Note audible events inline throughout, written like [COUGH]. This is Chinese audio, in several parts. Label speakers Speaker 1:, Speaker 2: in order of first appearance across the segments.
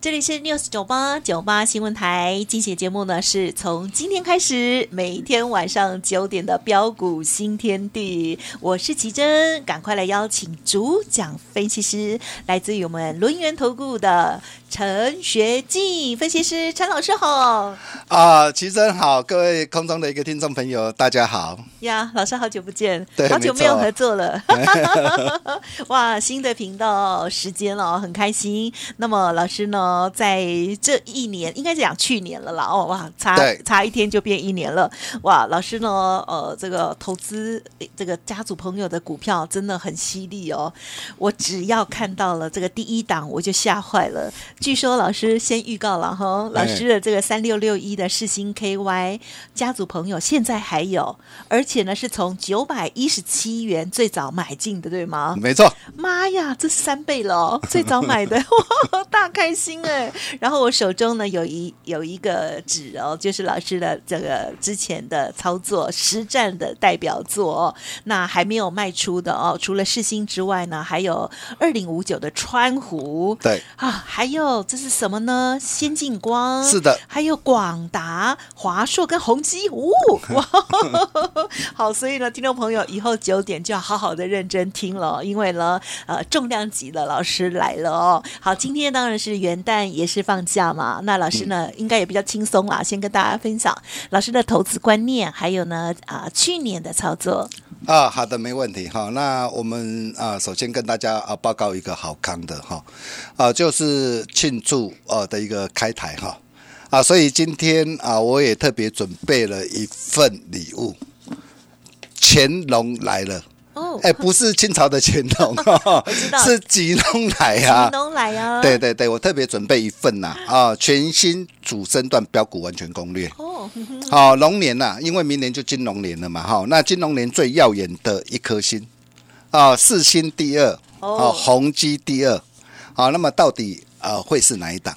Speaker 1: 这里是 news 九八九八新闻台，今期节目呢是从今天开始，每天晚上九点的标股新天地，我是奇珍，赶快来邀请主讲分析师，来自于我们轮源投顾的陈学进分析师，陈老师好
Speaker 2: 啊，齐真好，各位空中的一个听众朋友，大家好。
Speaker 1: 呀，老师好久不见，
Speaker 2: 对
Speaker 1: 好久没有
Speaker 2: 没错
Speaker 1: 合作
Speaker 2: [LAUGHS]
Speaker 1: 了， [LAUGHS] 哇，新的频道时间哦，很开心。那么老师呢，在这一年，应该讲去年了啦，哦，哇，差
Speaker 2: 对
Speaker 1: 差一天就变一年了，哇，老师呢，呃，这个投资诶这个家族朋友的股票真的很犀利哦，我只要看到了这个第一档，我就吓坏了。据说老师先预告了哈，
Speaker 2: 哎
Speaker 1: 老师的这个三六六一的世星 KY 家族朋友现在还有，而且呢是从九百一十七元最早买进的，对吗？
Speaker 2: 没错，
Speaker 1: 妈呀，这是三倍了哦！最早买的，哇，大开心哎！然后我手中呢有一有一个纸哦，就是老师的这个之前的操作实战的代表作哦。那还没有卖出的哦，除了世新之外呢，还有二零五九的川湖，
Speaker 2: 对，
Speaker 1: 啊，还有这是什么呢？先进光
Speaker 2: 是的
Speaker 1: 还有广达、华硕跟宏基，
Speaker 2: [LAUGHS]
Speaker 1: 呜、哇，好，所以呢，听众朋友以后九点就要好好的认真听了，因为呢，呃，重量级的老师来了哦。好，今天当然是元旦，也是放假嘛，那老师呢、
Speaker 2: 嗯
Speaker 1: 应该也比较轻松啦，先跟大家分享老师的投资观念，还有呢，啊、去年的操作，
Speaker 2: 啊，好的，没问题哈。那我们啊，首先跟大家啊报告一个好康的哈，啊，就是庆祝啊的一个开台哈，啊，所以今天啊，我也特别准备了一份礼物，乾隆来
Speaker 1: [LAUGHS]
Speaker 2: 了。
Speaker 1: 哦，
Speaker 2: 哎，不是清朝的乾隆，
Speaker 1: 知道
Speaker 2: 是吉隆来啊
Speaker 1: 乾。隆来啊，
Speaker 2: 对，对对，我特别准备一份呐啊，全新主升段标股完全攻略。
Speaker 1: 哦，
Speaker 2: 好、龙年呐、啊因为明年就金龙年了嘛，哈、那金龙年最耀眼的一颗星，啊、四星第二，啊
Speaker 1: 哦
Speaker 2: 宏基第二，好、那么到底呃会是哪一档？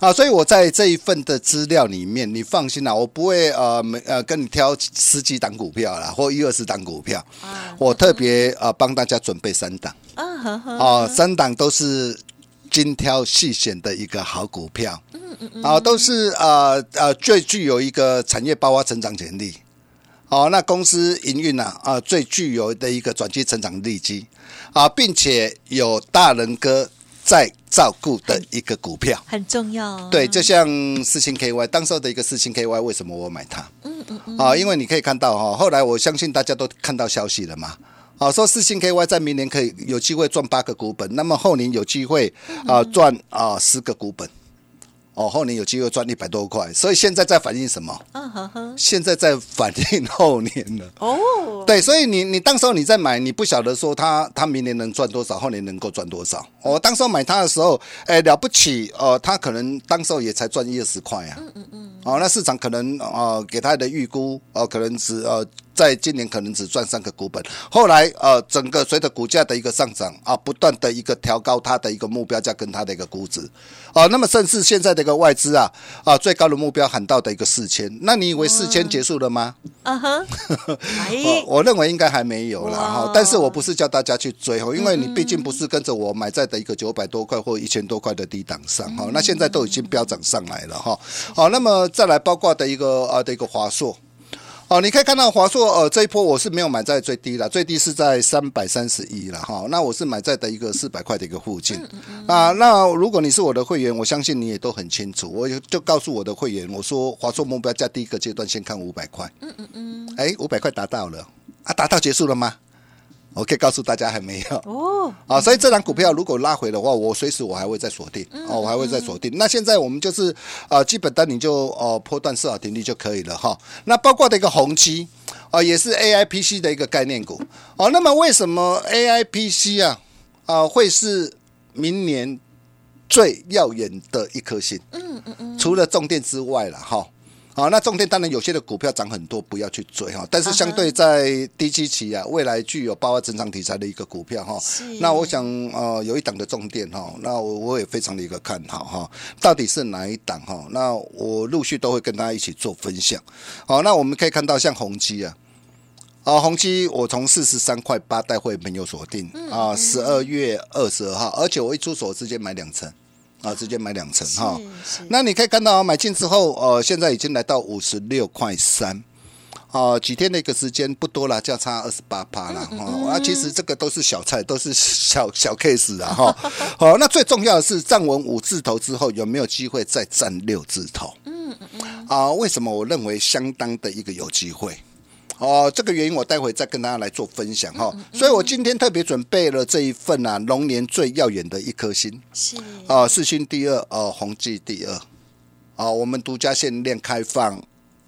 Speaker 2: 啊，所以我在这一份的资料里面，你放心啦、我不会呃没呃跟你挑十几档股票啦，或一二十档股票，我特别呃帮大家准备三档，
Speaker 1: 啊，呵呵，
Speaker 2: 哦、三档都是精挑细选的一个好股票。啊，都是呃呃最具有一个产业爆发成长潜力。哦，那公司营运呢啊、呃最具有的一个转机成长利基啊，并且有大人哥在照顾的一个股票。
Speaker 1: 很重要，哦
Speaker 2: 对，就像四星 KY 当时候的一个四星 KY，为什么我买它？嗯嗯啊，因为你可以看到哈，后来我相信大家都看到消息了嘛。啊，说四星 KY 在明年可以有机会赚八个股本，那么后年有机会啊赚啊十个股本，哦，后年有机会赚一百多块，所以现在在反映什么？
Speaker 1: 嗯呵呵，
Speaker 2: 现在在反映后年了。
Speaker 1: 哦，
Speaker 2: 对，所以你你当时候你在买，你不晓得说它它明年能赚多少，后年能够赚多少。我、当时候买它的时候，哎，了不起哦、呃，它可能当时候也才赚一二十块啊。嗯嗯嗯。哦，那市场可能呃给它的预估哦、呃可能只呃在今年可能只赚三个股本。后来呃，整个随着股价的一个上涨啊、不断的一个调高它的一个目标价跟它的一个估值。哦、那么甚至现在的一个外资啊啊、最高的目标喊到的一个四千，那你以为四千结束了吗？
Speaker 1: 嗯哼，
Speaker 2: [LAUGHS]
Speaker 1: 哎
Speaker 2: 哦我，我认为应该还没有啦
Speaker 1: 哇
Speaker 2: 哈，但是我不是叫大家去追哦，因为你毕竟不是跟着我买在的一个九百多块或一千多块的低档上哈、那现在都已经飙涨上来了哈。好、那么再来包括的一个呃的一个华硕。哦，你可以看到华硕，呃，这一波我是没有买在最低了，最低是在三百三十一了哈。那我是买在的一个四百块的一个附近啊。那如果你是我的会员，我相信你也都很清楚，我也就告诉我的会员，我说华硕目标价第一个阶段先看五百块。哎，五百块达到了啊，达到结束了吗？我可以告诉大家还没有
Speaker 1: 哦，
Speaker 2: 啊，所以这档股票如果拉回的话，我随时我还会再锁定哦，我还会再锁定。那现在我们就是呃，基本单你就呃波段设好停利就可以了哈。那包括的一个宏基啊、呃也是 A I P C 的一个概念股哦。那么为什么 A I P C 啊？啊、会是明年最耀眼的一颗星。嗯嗯嗯。除了重电之外了哈。好，那重电当然有些的股票涨很多，不要去追哈。但是相对在低基期啊，未来具有包括增长题材的一个股票哈
Speaker 1: 是，
Speaker 2: 那我想呃有一档的重电哈，那我我也非常的一个看好哈，到底是哪一档哈？那我陆续都会跟大家一起做分享。好，那我们可以看到像宏基啊，啊，宏基我从四十三块八带回朋友锁定啊，十二月二十二号，而且我一出手直接买两层啊，直接买两层哈。
Speaker 1: 是
Speaker 2: 那你可以看到啊，买进之后，呃，现在已经来到五十六块三。啊、几天的一个时间不多了，价差二十八趴了哈。啊，其实这个都是小菜，都是小小 case 啊哈。好、那最重要的是站稳五字头之后，有没有机会再站六字头？嗯嗯啊，为什么我认为相当的一个有机会？哦，这个原因我待会再跟大家来做分享哈、所以我今天特别准备了这一份啊，龙年最耀眼的一颗星。
Speaker 1: 是
Speaker 2: 啊，世新第二，呃，宏基第二，啊，我们独家限量开放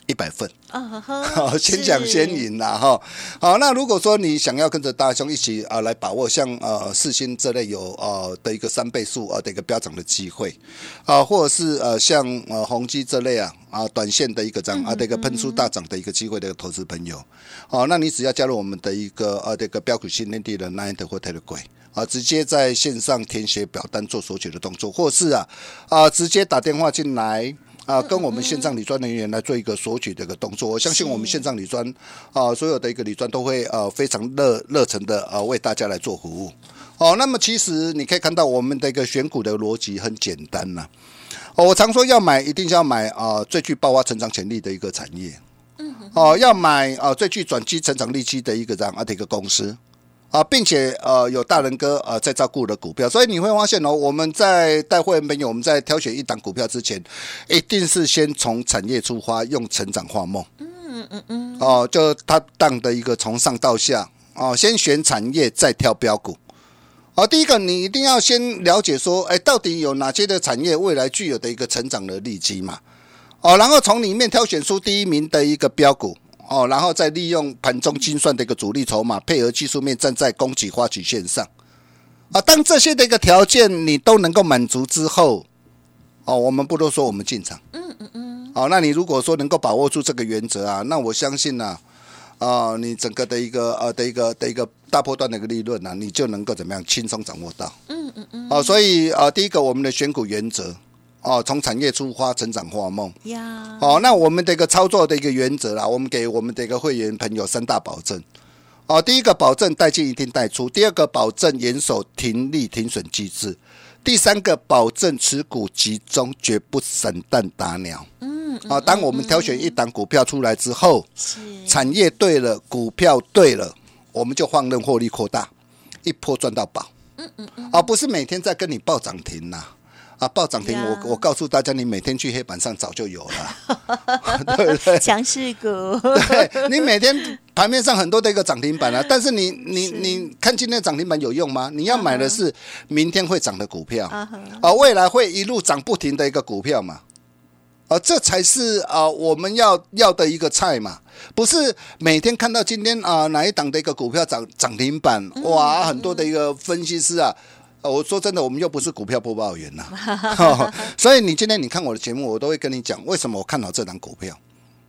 Speaker 2: 一百份，
Speaker 1: 啊哈
Speaker 2: 好，
Speaker 1: 哈，
Speaker 2: 先讲先
Speaker 1: 是。
Speaker 2: 赢啦哈。好，那如果说你想要跟着大兄一起啊、来把握像呃世新这类有呃的一个三倍数啊、的一个飙涨的机会啊、或者是呃像呃宏基这类啊啊、短线的一个涨啊、的一个喷出大涨的一个机会的一个投资朋友，好、那你只要加入我们的一个呃这个标股新天地的 Nine 或 Telegram。啊，直接在线上填写表单做索取的动作，或是啊啊、直接打电话进来啊，跟我们线上理专人员来做一个索取的一个动作。我相信我们线上理专啊，所有的一个理专都会呃非常热热忱的呃为大家来做服务。哦，那么其实你可以看到我们的一个选股的逻辑很简单呐、哦，我常说要买，一定是要买啊、呃最具爆发成长潜力的一个产业。嗯。哦，要买啊、呃最具转机成长利基的一个这样啊的一个公司。啊，并且呃有大人哥呃在照顾的股票，所以你会发现哦，我们在带会员朋友，我们在挑选一档股票之前，一定是先从产业出发，用成长化梦。嗯嗯嗯。哦，就它档的一个从上到下哦，先选产业，再挑标股。哦，第一个你一定要先了解说，哎，到底有哪些的产业未来具有的一个成长的利基嘛？哦，然后从里面挑选出第一名的一个标股。哦，然后再利用盘中精算的一个主力筹码，配合技术面站在供给花旗线上，啊，当这些的一个条件你都能够满足之后，哦，我们不多说，我们进场。嗯嗯嗯。哦，那你如果说能够把握住这个原则啊，那我相信呢、啊，呃你整个的一个呃的一个的一个大波段的一个利润啊，你就能够怎么样轻松掌握到。嗯嗯嗯。哦，所以呃，第一个我们的选股原则，哦，从产业出发，成长化梦。
Speaker 1: 呀，
Speaker 2: 哦，那我们的一个操作的一个原则啦，我们给我们的一个会员朋友三大保证。哦，第一个保证带进一定带出，第二个保证严守停利停损机制，第三个保证持股集中，绝不散弹打鸟。嗯，啊、当我们挑选一档股票出来之后， [LAUGHS]
Speaker 1: 是
Speaker 2: 产业对了，股票对了，我们就放任获利扩大，一波赚到饱。嗯嗯啊，不是每天在跟你报涨停呐、啊，报涨停我
Speaker 1: 呀
Speaker 2: 我告诉大家，你每天去黑板上早就有了，
Speaker 1: 强势
Speaker 2: [LAUGHS]
Speaker 1: 股，
Speaker 2: 对你每天盘面上很多的一个涨停板啊，但是你你你看今天的涨停板有用吗？你要买的是明天会涨的股票，啊、未来会一路涨不停的一个股票嘛，啊，这才是啊、我们要要的一个菜嘛，不是每天看到今天啊、哪一档的一个股票涨涨停板，哇，很多的一个分析师啊。呃我说真的，我们又不是股票播报员呐、 [LAUGHS] 所以你今天你看我的节目，我都会跟你讲为什么我看好这档股票。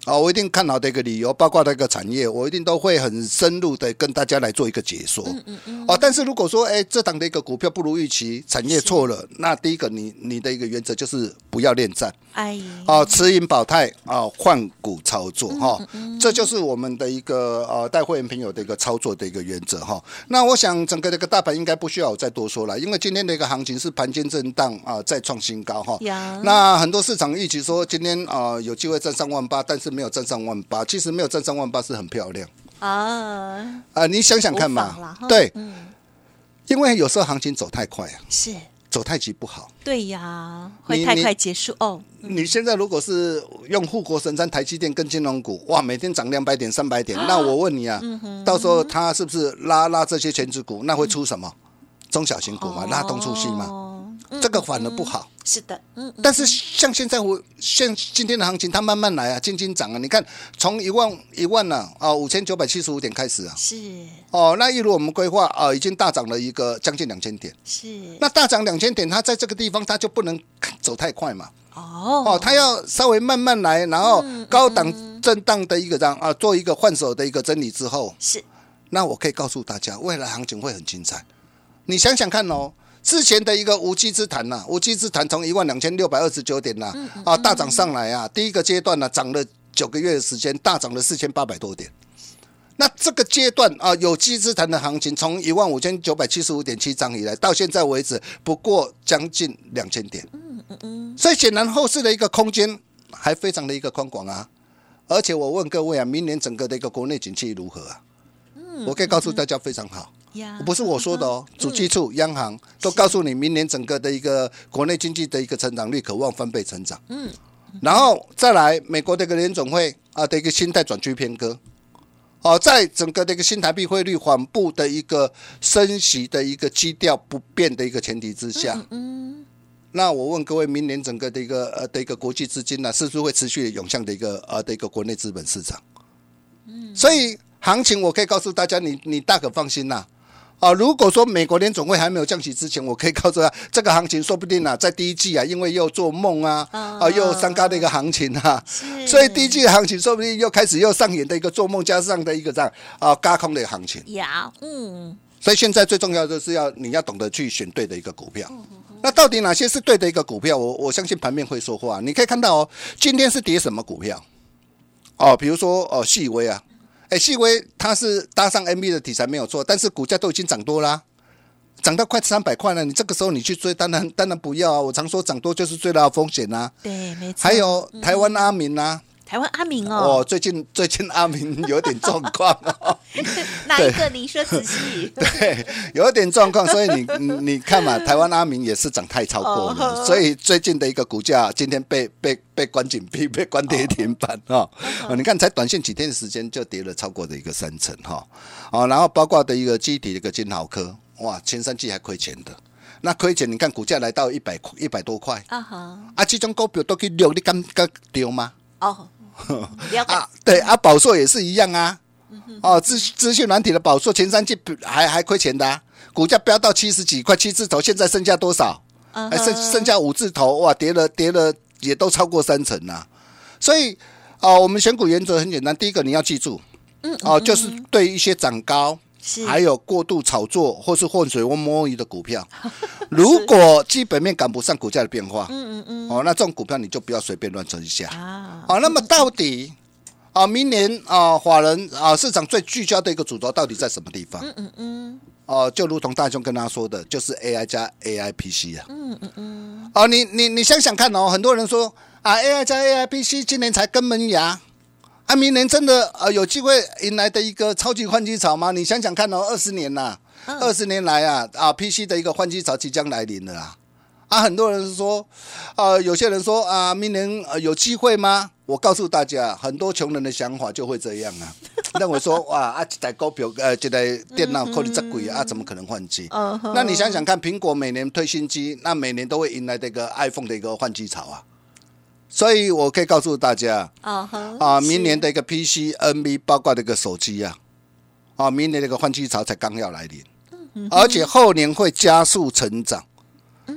Speaker 2: 啊，我一定看好的一个理由，包括那个产业，我一定都会很深入的跟大家来做一个解说。嗯嗯嗯。哦，但是如果说，哎，这档的一个股票不如预期，产业错了，那第一个你你的一个原则就是不要恋战。
Speaker 1: 哎，
Speaker 2: 哦，持盈保泰啊，换股操作
Speaker 1: 嗯
Speaker 2: 哈、这就是我们的一个呃带会员朋友的一个操作的一个原则哈、那我想整个这个大盘应该不需要我再多说了，因为今天的一个行情是盘间震荡啊、再创新高哈、
Speaker 1: 呀
Speaker 2: 那很多市场预期说今天啊、有机会站上万八，但是没有站上万八，其实没有站上万八是很漂亮
Speaker 1: 啊，
Speaker 2: 啊、你想想看
Speaker 1: 无妨啦
Speaker 2: 嘛
Speaker 1: 哈，嗯
Speaker 2: 对，因为有时候行情走太快啊，
Speaker 1: 是
Speaker 2: 走太急不好。
Speaker 1: 对呀，会
Speaker 2: 你
Speaker 1: 太
Speaker 2: 你
Speaker 1: 快结束哦，
Speaker 2: 你现在如果是用护国神山、台积电跟金融股，哇，每天涨两百点、三
Speaker 1: [GASPS]
Speaker 2: 百点，那我问你啊，
Speaker 1: 嗯
Speaker 2: 到时候它是不是拉拉这些全职股，那会出什么？中小型股嘛，拉动出息嘛，
Speaker 1: 哦，
Speaker 2: 这个反而不好。
Speaker 1: 是的，哦嗯，
Speaker 2: 但是像现在我像今天的行情，它慢慢来啊，轻轻涨啊。你看，从一万一万呢啊五千九百七十五点开始啊，
Speaker 1: 是
Speaker 2: 哦，那一如我们规划啊，已经大涨了一个将近两千点。
Speaker 1: 是
Speaker 2: 那大涨两千点，它在这个地方它就不能走太快嘛，
Speaker 1: 哦嗯
Speaker 2: 哦，它要稍微慢慢来，然后高档震荡的一个让啊做一个换手的一个整理之后，
Speaker 1: 是
Speaker 2: 那我可以告诉大家，未来行情会很精彩。你想想看哦，之前的一个无稽之谈呐、无稽之谈从一万两千六百二十九点呐、
Speaker 1: 嗯
Speaker 2: 啊，大涨上来啊，第一个阶段呢、涨了九个月的时间，大涨了四千八百多点。那这个阶段啊，有机之谈的行情，从一万五千九百七十五点七涨以来，到现在为止，不过将近两千点。所以显然后市的一个空间还非常的一个宽广啊。而且我问各位啊，明年整个的一个国内景气如何啊？我可以告诉大家非常好。
Speaker 1: 呀，
Speaker 2: 不是我说的哦，主计处、央行都告诉你，明年整个的一个国内经济的一个成长率可望翻倍成长。嗯，然后再来美国的一个联总会啊的一个心态转趋偏鸽，哦，在整个的一个新台币汇率缓步的一个升息的一个基调不变的一个前提之下，嗯，那我问各位，明年整个的一个呃的一个国际资金呢、是不是会持续涌向的一个呃的一个国内资本市场？嗯，所以行情我可以告诉大家，你你大可放心啦、啊，如果说美国联总会还没有降息之前，我可以告诉他， [LAUGHS] 这个行情说不定啊，在第一季啊，因为又做梦啊，啊，又三高的一个行情啊，
Speaker 1: 是
Speaker 2: 所以第一季的行情说不定又开始又上演的一个做梦加上的一个这样啊嘎空的一个行情。
Speaker 1: 呀，嗯，
Speaker 2: 所以现在最重要的是要你要懂得去选对的一个股票。那到底哪些是对的一个股票？我我相信盘面会说话。你可以看到哦，今天是跌什么股票？哦，比如说哦，细微啊，哎，细微它是搭上 MB 的题材没有错，但是股价都已经涨多啦、涨到快三百块了。你这个时候你去追，当然当然不要啊。我常说涨多就是最大的风险呐、啊。
Speaker 1: 对，没错。
Speaker 2: 还有台湾阿明呐、
Speaker 1: 台湾阿明
Speaker 2: 哦
Speaker 1: 哦，
Speaker 2: 最近最近阿明有点状况哦。
Speaker 1: [LAUGHS] 哪一个？你说仔
Speaker 2: [LAUGHS]
Speaker 1: 细。
Speaker 2: 对，有点状况，所以你 [LAUGHS] 你你看嘛，台湾阿明也是涨太超过了，所以最近的一个股价今天被被被关紧闭，被关跌停板哈、哦。你看才短线几天的时间就跌了超过的一个三成哈。哦，然后包括的一个基底的一个金豪科，哇，前三季还亏钱的，那亏钱你看股价来到一百一百多块
Speaker 1: 啊哈，
Speaker 2: 啊，这种股票都去六，你敢敢丢吗？ [LAUGHS]
Speaker 1: 哦，了解
Speaker 2: 啊，对啊，宝硕也是一样啊。哦，资资讯软体的宝硕前三季不还还亏钱的、啊，股价飙到七十几块七字头，现在剩下多少？
Speaker 1: 嗯
Speaker 2: 还剩剩下五字头，哇，跌了跌了也都超过三成啊啦、所以哦，我们选股原则很简单，第一个你要记住，嗯，哦，就是对一些涨高。
Speaker 1: 是
Speaker 2: 还有过度炒作或是浑水摸鱼的股 [LAUGHS] 票，如果基本面赶不上股价的变化，嗯嗯嗯，哦，那这种股票你就不要随便乱追一下。哦
Speaker 1: 啊，
Speaker 2: 好、那么到底啊、明年啊、华人啊、市场最聚焦的一个主轴到底在什么地方？嗯嗯嗯。哦、就如同大兄跟他说的，就是 AI 加 AIPC 啊。嗯嗯嗯。哦、你你你想想看哦，很多人说啊，AI 加 AIPC 今年才根门牙。啊，明年真的呃有机会迎来的一个超级换机潮吗？你想想看哦，二十年呐、二十、年来啊啊，PC 的一个换机潮即将来临了啦。啊，很多人说，呃，有些人说啊，明年呃有机会吗？我告诉大家，很多穷人的想法就会这样啊， [LAUGHS] 认为说哇啊，这台股票呃，这台电脑可能这贵啊，怎么可能换机？那你想想看，苹果每年推新机，那每年都会迎来这个 iPhone 的一个换机潮啊。所以我可以告诉大家，
Speaker 1: 啊哈，
Speaker 2: 啊，明年的一个 PC、NB 包括这个手机啊，啊，明年这个换机潮才刚要来临，而且后年会加速成长，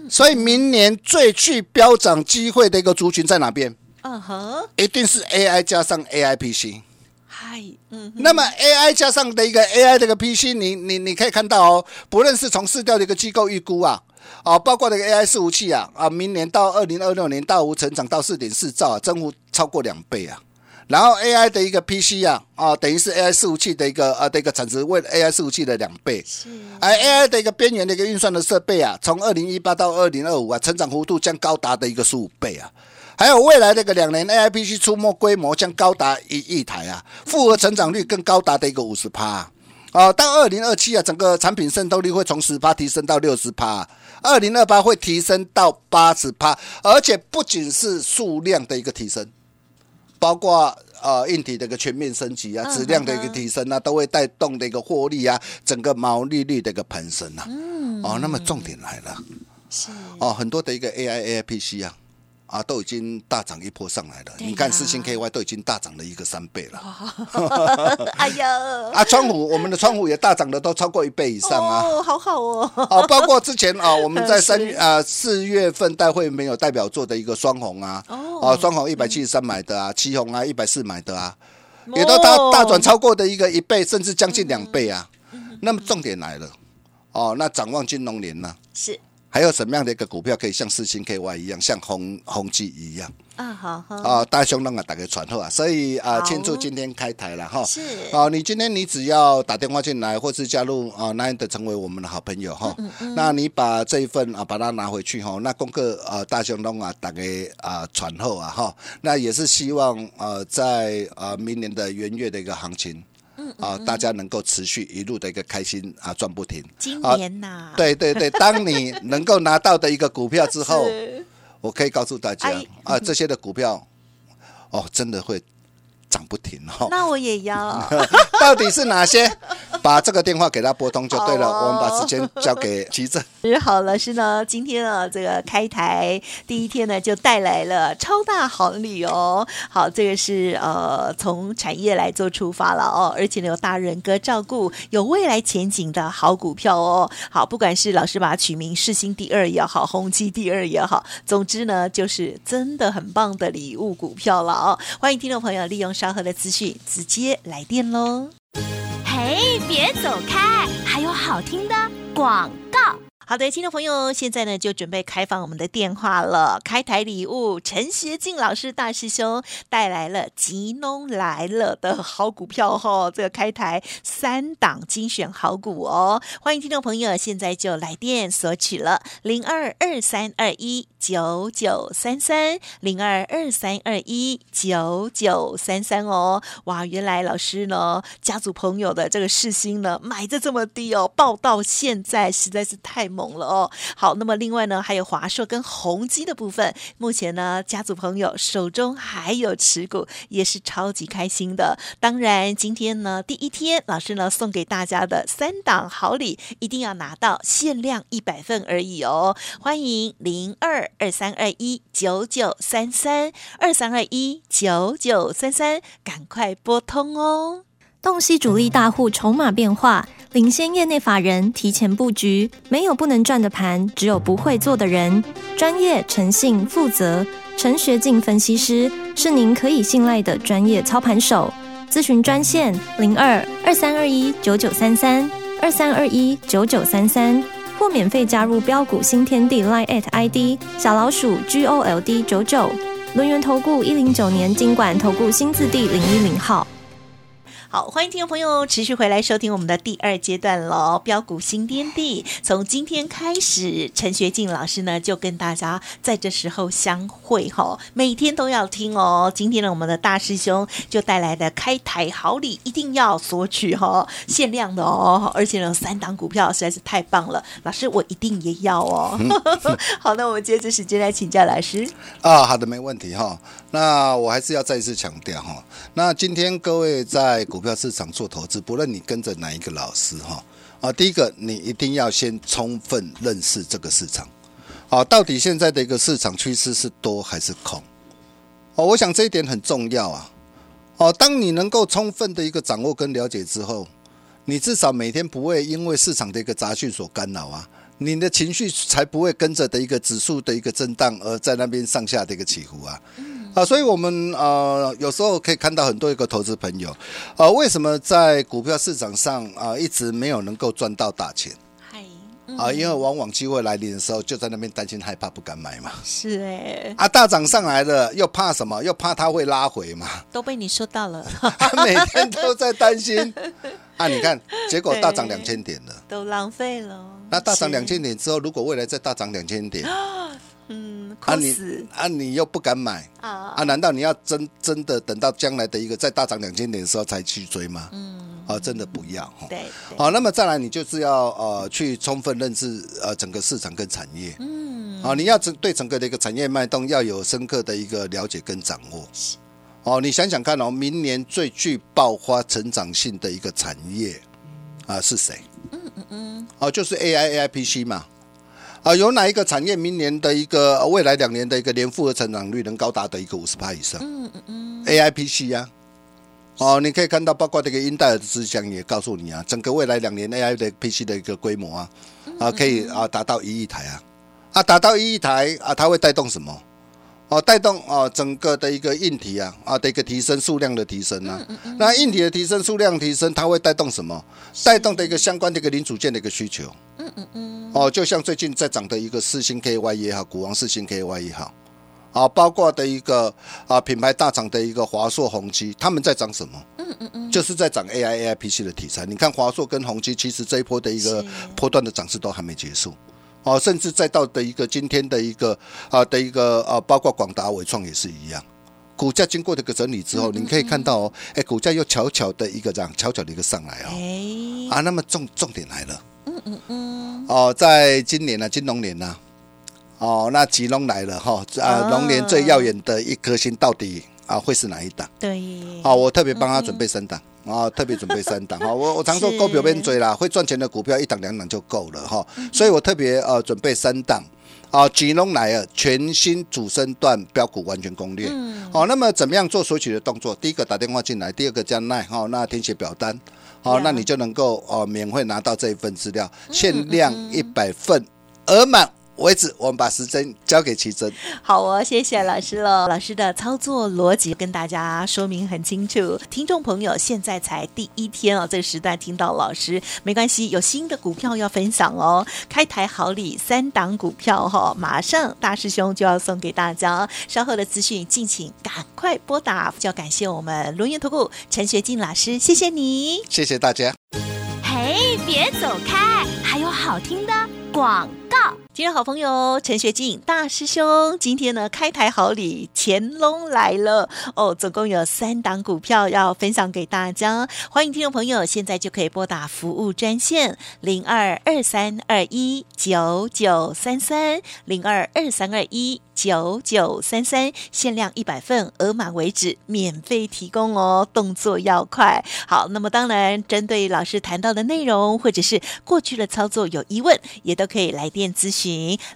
Speaker 2: 所以明年最具飙涨机会的一个族群在哪边？
Speaker 1: 啊哈，
Speaker 2: 一定是 AI 加上 AI PC。
Speaker 1: 嗨，嗯，
Speaker 2: 那么 AI 加上的一个 AI 这个 PC，你你你可以看到哦，不论是从市调的一个机构预估啊，啊，包括这个 AI 伺服器啊，啊，明年到二零二六年大幅成长到四点四兆啊，增幅超过两倍啊。然后 AI 的一个 PC 啊，啊，等于是 AI 伺服器的一个啊的一个产值为 AI 伺服器的两倍。
Speaker 1: 是
Speaker 2: 而 AI 的一个边缘的一个运算的设备啊，从二零一八到二零二五啊，成长幅度将高达的一个十五倍啊。还有未来这个两年，AIPC 出没规模将高达一亿台啊，复合成长率更高达的一个五十趴。啊哦，到二零二七啊，整个产品渗透率会从十趴提升到六十趴，二零二八会提升到八十趴，而且不仅是数量的一个提升，包括呃硬体的一个全面升级
Speaker 1: 嗯
Speaker 2: 啊，质量的一个提升啊，都会带动的一个获利啊，整个毛利率的一个攀升啊。哦，那么重点来了，
Speaker 1: 嗯是
Speaker 2: 哦，很多的一个 AI、AIPC 啊，啊，都已经大涨一波上来了。
Speaker 1: 对呀
Speaker 2: 你看四星 KY 都已经大涨了一个三倍了
Speaker 1: 哎呀，
Speaker 2: 啊，川股我们的川股也大涨的都超过一倍以上啊。
Speaker 1: 哦，好好哦，
Speaker 2: 啊，包括之前
Speaker 1: [LAUGHS]
Speaker 2: 啊，我们在
Speaker 1: 是
Speaker 2: 三月啊四月份大会没有代表作的一个双红啊，
Speaker 1: 哦嗯
Speaker 2: 啊双红一百七十三买的啊，七红啊一百四买的啊， [LAUGHS] 也都
Speaker 1: 哦
Speaker 2: 大大转超过的一个一倍，甚至将近两倍啊。那么重点来了，哦，那展望金融年呢、
Speaker 1: 是
Speaker 2: 还有什么样的一个股票可以像四星 KY 一样，像宏宏基一样
Speaker 1: 啊，好好，
Speaker 2: 啊？大雄让啊打个传后啊，所以
Speaker 1: 好
Speaker 2: 啊，庆祝今天开台了哈。
Speaker 1: 是
Speaker 2: 啊，你今天你只要打电话进来，或是加入啊 Nine 的成为我们的好朋友哈。
Speaker 1: 嗯
Speaker 2: 那你把这一份啊，把它拿回去哈。那功课啊，大雄让啊打给啊传后啊哈。那也是希望呃，在啊明年的元月的一个行情。
Speaker 1: 嗯
Speaker 2: 啊，大家能够持续一路的一个开心啊，赚不停。
Speaker 1: 今
Speaker 2: 啊
Speaker 1: 年呐，，
Speaker 2: 对对对，当你能够拿到的一个股票
Speaker 1: [LAUGHS]
Speaker 2: 之后，我可以告诉大家
Speaker 1: 哎
Speaker 2: 啊，这些的股票哦，真的会涨不停哦。
Speaker 1: 那我也要，
Speaker 2: [LAUGHS] 到底是哪些？把这个电话给他拨通就对了。
Speaker 1: 好哦
Speaker 2: 我们把时间交给奇正。
Speaker 1: 是好老师呢，今天啊，这个开台第一天呢，就带来了超大好礼哦。好，这个是呃从产业来做出发了哦，而且呢有大人哥照顾，有未来前景的好股票哦。好，不管是老师把它取名世新第二也好，宏基第二也好，总之呢就是真的很棒的礼物股票了哦。欢迎听众朋友利用稍后的资讯直接来电喽。
Speaker 3: 嘿，别走开，还有好听的广告。
Speaker 1: 好的，听众朋友，现在呢就准备开放我们的电话了。开台礼物，陈学进老师大师兄带来了吉农来了的好股票哦，这个开台三档精选好股哦，欢迎听众朋友现在就来电索取了零二二三二一九九三三零二二三二一九九三三哦。哇，原来老师呢，家族朋友的这个市心呢，买的这么低哦，报到现在实在是太猛了哦。好，那么另外呢，还有华硕跟宏基的部分，目前呢，家族朋友手中还有持股，也是超级开心的。当然，今天呢，第一天老师呢送给大家的三档好礼，一定要拿到，限量一百份而已哦。欢迎零二二三二一九九三三二三二一九九三三，赶快拨通哦。
Speaker 4: 洞悉主力大户筹码变化，领先业内法人提前布局，没有不能赚的盘，只有不会做的人。专业、诚信、负责，陈学进分析师是您可以信赖的专业操盘手。咨询专线零二二三二一九九三三二三二一九九三三。或免费加入标股新天地 Line at ID 小老鼠 GOLD 九九，轮源投顾一零九年经管投顾新字第零一零号。
Speaker 1: 好，欢迎听众朋友持续回来收听我们的第二阶段喽，标股新天地。从今天开始，陈学进老师呢就跟大家在这时候相会哈、每天都要听哦。今天呢，我们的大师兄就带来的开台好礼，一定要索取哈、哦，限量的哦，而且呢，三档股票实在是太棒了，老师我一定也要哦。 [LAUGHS] 好，那我们接着时间来请教老师。
Speaker 2: 啊，好的，没问题哈。那我还是要再一次强调哈，那今天各位在股票市场做投资，不论你跟着哪一个老师哈，啊，第一个你一定要先充分认识这个市场，啊，到底现在的一个市场趋势是多还是空？哦，我想这一点很重要啊。哦，当你能够充分的一个掌握跟了解之后，你至少每天不会因为市场的一个杂讯所干扰啊，你的情绪才不会跟着的一个指数的一个震荡而在那边上下的一个起伏啊。啊，所以我们呃有时候可以看到很多一个投资朋友，呃，为什么在股票市场上啊、一直没有能够赚到大钱
Speaker 1: 嗨，
Speaker 2: 啊、因为往往机会来临的时候，就在那边担心害怕不敢买嘛。
Speaker 1: 是哎，
Speaker 2: 啊，大涨上来了，又怕什么？又怕它会拉回嘛。啊
Speaker 1: 都被你说到
Speaker 2: [LAUGHS]
Speaker 1: 了，
Speaker 2: 每天都在担心啊！你看，结果大涨两千点了。
Speaker 1: 都浪费了。
Speaker 2: 那大涨
Speaker 1: 是
Speaker 2: 两千点之后，如果未来再大涨两千点，啊
Speaker 1: 嗯，哭
Speaker 2: 你
Speaker 1: 死
Speaker 2: 啊你又不敢买
Speaker 1: 啊！
Speaker 2: 啊？难道你要真真的等到将来的一个再大涨两千点的时候才去追吗？
Speaker 1: 嗯，
Speaker 2: 啊，真的不要哈。
Speaker 1: 对，对
Speaker 2: 好，那么再来，你就是要呃去充分认识呃整个市场跟产业。
Speaker 1: 嗯，
Speaker 2: 哦，你要整对整个的一个产业脉动要有深刻的一个了解跟掌握。哦，你想想看哦，明年最具爆发成长性的一个产业啊、是谁？嗯嗯嗯。哦，就是 AI AIPC 嘛。啊，有哪一个产业明年的一个呃未来两年的一个年复合成长率能高达的一个五十趴以上？嗯嗯 AIPC 呀、哦，你可以看到，包括这个英戴尔的思想也告诉你啊，整个未来两年 AI 的 PC 的一个规模啊，啊，可以啊达到一亿台啊，啊达到一亿台啊，它会带动什么？哦，带动哦整个的一个硬体啊啊的一个提升数量的提升啊，那硬体的提升数量提升，它会带动什么？带动的一个相关的一个零组件的一个需求。嗯嗯嗯。哦，就像最近在涨的一个四星 KY 也好，股王四星 KY 也好，啊，包括的一个啊品牌大厂的一个华硕、宏基，他们在涨什么？就是在涨 AI、AI PC 的题材。你看华硕跟宏基，其实这一波的一个波段的涨势都还没结束。哦，甚至再到的一个今天的一个啊、的一个啊、包括广达、伟创也是一样，股价经过这个整理之后，你可以看到哦，哎、股价又悄悄的一个这样悄悄的一个上来哦，
Speaker 1: 哎，
Speaker 2: 啊，那么重重点来了，嗯嗯嗯，哦，在今年呢、金龙年呢、啊哦，那吉隆来了哈，啊，龙年最耀眼的一颗星到底啊会是哪一档？
Speaker 1: 对，
Speaker 2: 好，我特别帮他准备三档啊，特别准备三档哈。我我常说
Speaker 1: 是
Speaker 2: 够表边追啦，会赚钱的股票一档两档就够了哈，所以我特别呃准备三档。啊，吉隆来了，全新主升段标股完全攻略。好、那么怎么样做索取的动作？第一个打电话进来，第二个加奈哈、哦，那填写表单，好、
Speaker 1: 呀
Speaker 2: 那你就能够哦、免费拿到这一份资料，限量一百份，额满为止。我们把时间交给奇珍。
Speaker 1: 好哦，谢谢老师喽。老师的操作逻辑跟大家说明很清楚。听众朋友现在才第一天哦，这个时段听到老师没关系，有新的股票要分享哦。开台好礼三档股票哈、哦，马上大师兄就要送给大家。稍后的资讯敬请赶快拨打。就要感谢我们轮源投顾陈学进老师，谢谢你。
Speaker 2: 谢谢大家。
Speaker 3: 嘿，别走开，还有好听的广告。
Speaker 1: 今天好朋友陈学进大师兄，今天呢开台好礼乾隆来了哦，总共有三档股票要分享给大家，欢迎听众朋友现在就可以拨打服务专线零二二三二一九九三三零二二三二一九九三三，限量一百份，额满为止，免费提供哦，动作要快。好，那么当然针对老师谈到的内容或者是过去的操作有疑问，也都可以来电咨询。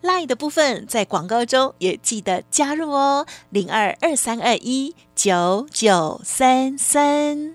Speaker 1: Line 的部分在广告中也记得加入哦，零二二三二一九九三三。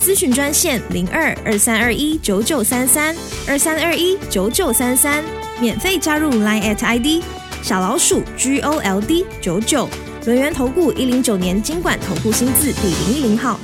Speaker 5: 咨询专线零二二三二一九九三三二三二一九九三三，免费加入 Line at ID 小老鼠 G O L D 九九。轮源投顾一零九年经管投顾新字第零一零号。